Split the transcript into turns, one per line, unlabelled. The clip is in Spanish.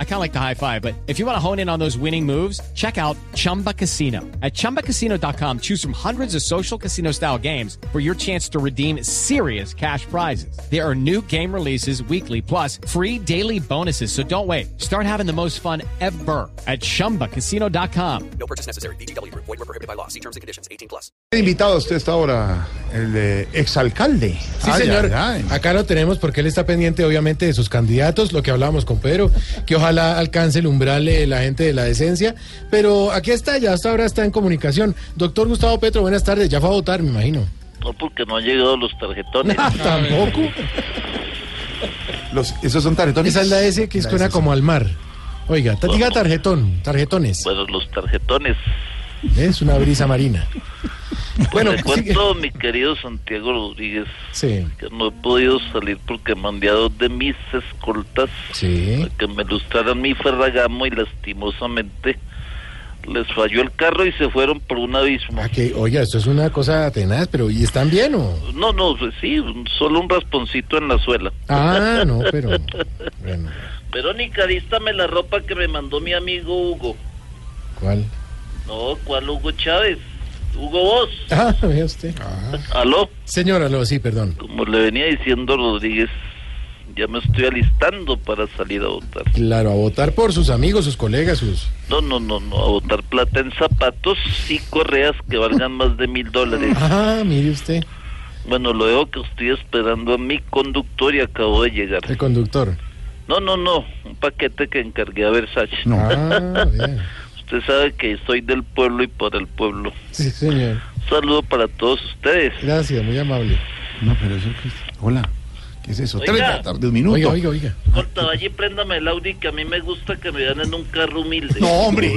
I kind of like the high five, but if you want to hone in on those winning moves, check out Chumba Casino. At chumbacasino.com, choose from hundreds of social casino style games for your chance to redeem serious cash prizes. There are new game releases weekly, plus free daily bonuses. So don't wait. Start having the most fun ever at chumbacasino.com.
No purchase necessary. BGW. Void were prohibited by law. See terms and conditions. 18 plus.
El invitado a usted esta hora, el eh, exalcalde.
Sí,
Ay,
señor.
ay, ay.
Acá lo tenemos porque él está pendiente, obviamente, de sus candidatos, lo que hablábamos con Pedro, que ojalá alcance el umbral de la gente de la decencia. Pero aquí está, ya hasta ahora está en comunicación. Doctor Gustavo Petro, buenas tardes. Ya fue a votar, me imagino.
No, porque no han llegado los tarjetones.
Ah,
Tampoco.
Los, esos son tarjetones.
Esa es la S que es
La
suena
S,
como al mar. Oiga, ta- diga tarjetón, tarjetones.
Bueno, los tarjetones.
Es una brisa marina. Bueno,
Bueno, te
sigue.
cuento, mi querido Santiago Rodríguez,
Sí,
que no he podido salir porque me han enviado de mis escoltas
sí.
a que me ilustraran mi ferragamo y lastimosamente les falló el carro y se fueron por un abismo.
Ah, que, oiga, esto es una cosa tenaz, pero ¿y están bien o?
No, no, pues sí, un- solo un rasponcito en la suela.
Ah, no, pero. Bueno,
Verónica, dístame la ropa que me mandó mi amigo Hugo.
¿cuál?
No, ¿cuál Hugo Chávez? Hugo Vos.
Ah, vea usted.
¿Aló?
Señora, lo sí, perdón.
Como le venía diciendo Rodríguez, ya me estoy alistando para salir a votar.
Claro, a votar por sus amigos, sus colegas, sus...
No, no, no, no, a votar plata en zapatos y correas que valgan más de mil dólares.
Ah, mire usted,
Bueno, lo veo que estoy esperando a mi conductor y acabo de llegar.
el conductor.
No, no, no, un paquete que encargué a Versace.
Ah, bien.
Usted sabe que soy del pueblo y para el pueblo.
Sí, señor.
Un saludo para todos ustedes.
Gracias, muy amable.
No, pero eso que es. Hola. ¿Qué es eso?
Oiga.
Tres de la tarde, un minuto.
Oiga, oiga, oiga.
Corta, vaya y préndame el Audi que a mí me gusta que me dan en un carro humilde.
No, hombre.